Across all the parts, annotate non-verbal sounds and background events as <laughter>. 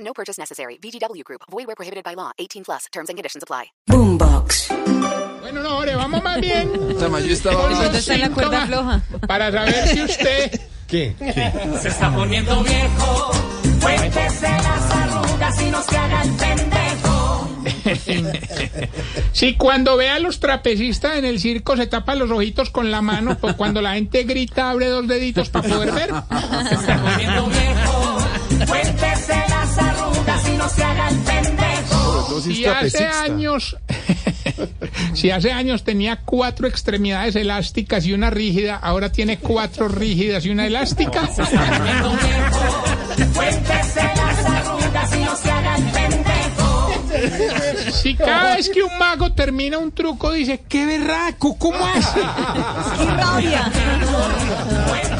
No purchase necessary. VGW Group. Void where prohibited by law. 18 plus. Terms and conditions apply. Boombox. Bueno, no, le vamos más bien. <laughs> yo estaba Con ¿Dónde los está la cuerda síntomas floja? Para saber si usted ¿Qué? Se está poniendo viejo. Cuéntese las arrugas y no se haga el pendejo. Si cuando ve a los trapecistas en el circo se tapa los ojitos con la mano, pues cuando la gente grita abre dos deditos para poder ver. Se está poniendo viejo. Cuéntese las arrugas y no se haga el pendejo. Si hace años, <laughs> si hace años tenía cuatro extremidades elásticas y una rígida, ahora tiene cuatro rígidas y <laughs> una elástica. Cuéntese las arrugas y no se haga el pendejo. Si cada vez que un mago termina un truco dice, qué berraco, ¿cómo hace? ¡Qué rabia!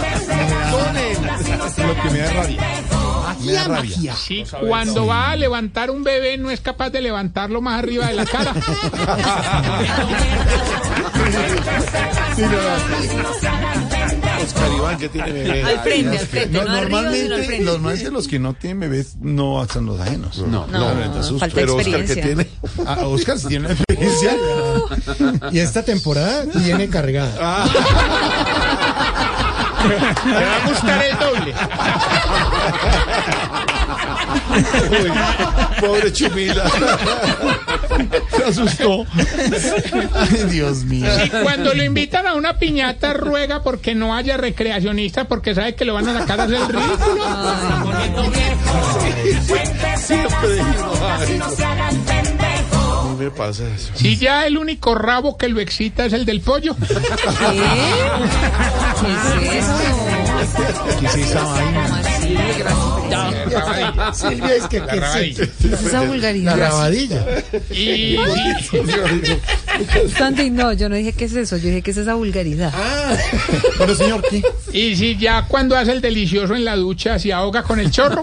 Cuéntese las arrugas y no se haga el pendejo. Si cuando va a levantar un bebé no es capaz de levantarlo más arriba de la cara. Oscar Iván, que tiene bebé. Al frente, al frente, no arriba, sino al normalmente, frente. normalmente los que no tienen bebés no hacen los ajenos. No, no, falta pero Oscar que experiencia. tiene. Ah, Oscar sí tiene una experiencia. Y esta temporada viene cargada. Ah. <laughs> Le va a gustar el doble. Uy, <laughs> pobre Chumila. Se asustó. Ay, Dios mío. Si cuando lo invitan a una piñata ruega porque no haya recreacionistas porque sabe que lo van a sacar a hacer el ridículo. Cuéntese las arrugas y no se haga el pendejo. No me pasa eso. Si ya el único rabo que lo excita es el del pollo. ¿Qué? ¿Qué es eso? ¿Qué es esa vaina? Así, gracias. Silvia, es que, La que rabadilla. ¿Qué es esa La vulgaridad? rabadilla. Y, y- Santi, no, yo no dije qué es eso, yo dije qué es esa vulgaridad. Bueno, señor, ¿qué? y si ya cuando hace el delicioso en la ducha se ahoga con el <laughs> chorro.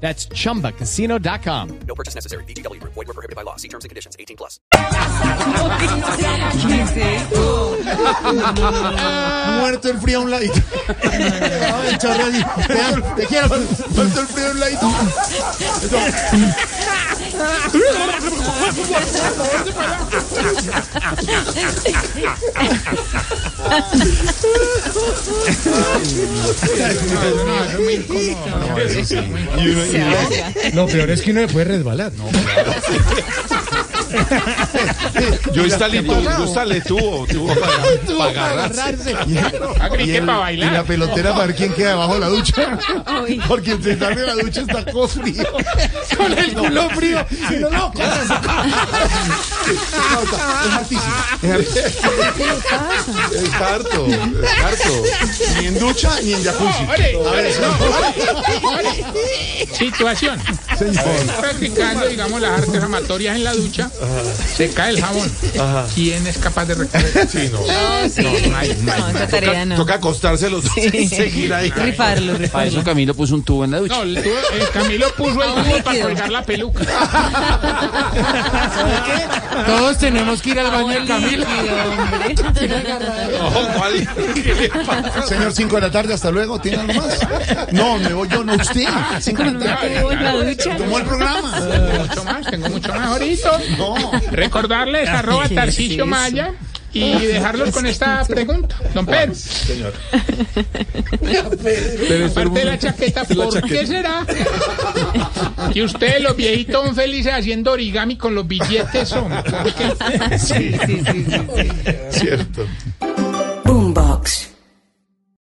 That's chumbacasino.com. ¿Qué es eso? Muerto el frío a un ladito. Ay, charro, así. Vean, Te quiero. Muerto el frío a un ladito. Se <laughs> ahoga. Lo peor es que uno le puede resbalar. No, Yo instalé tú, yo instalé tú, o tú <laughs> para agarrarse. Ah, creí que para Y la bailar. pelotera para quien queda debajo de <laughs> la ducha. Uy. Porque el sentarme en la ducha está con frío. Con el culo frío. no, no, <laughs> Es hartísimo. Es hartísimo. Es harto. Es harto. Ni en ducha ni en jacuzzi. Ore, ore, no, ore, ore. Situación. Señor. Practicando, digamos, las artes amatorias en la ducha, se cae el jabón. ¿Quién es capaz de recoger? Sí, no. No, sí. No, esa tarea no. Toca acostarse los dos y seguir ahí. Rifarlo, Para eso rifarlo. Camilo puso un tubo en la ducha. No, el, tubo- el Camilo puso el Un tubo para líquido. colgar la peluca. Todos tenemos que ir al baño del Camilo. Señor, 5 de la tarde, hasta luego. ¿Tiene algo más? <laughs> No, me voy yo, no <laughs> usted. Cinco de la tarde. en la ducha. Tomó el programa. Tengo mucho más, tengo mucho más ahorita. No. Recordarles, arroba ¿Qué es Tarcicio eso? Maya. y dejarlos con esta pregunta. Don Pedro, Señor. aparte de <laughs> la chaqueta, la ¿por qué chaqueta. será que ustedes, los viejitos, son felices haciendo origami con los billetes? Son? Cierto. Boombox.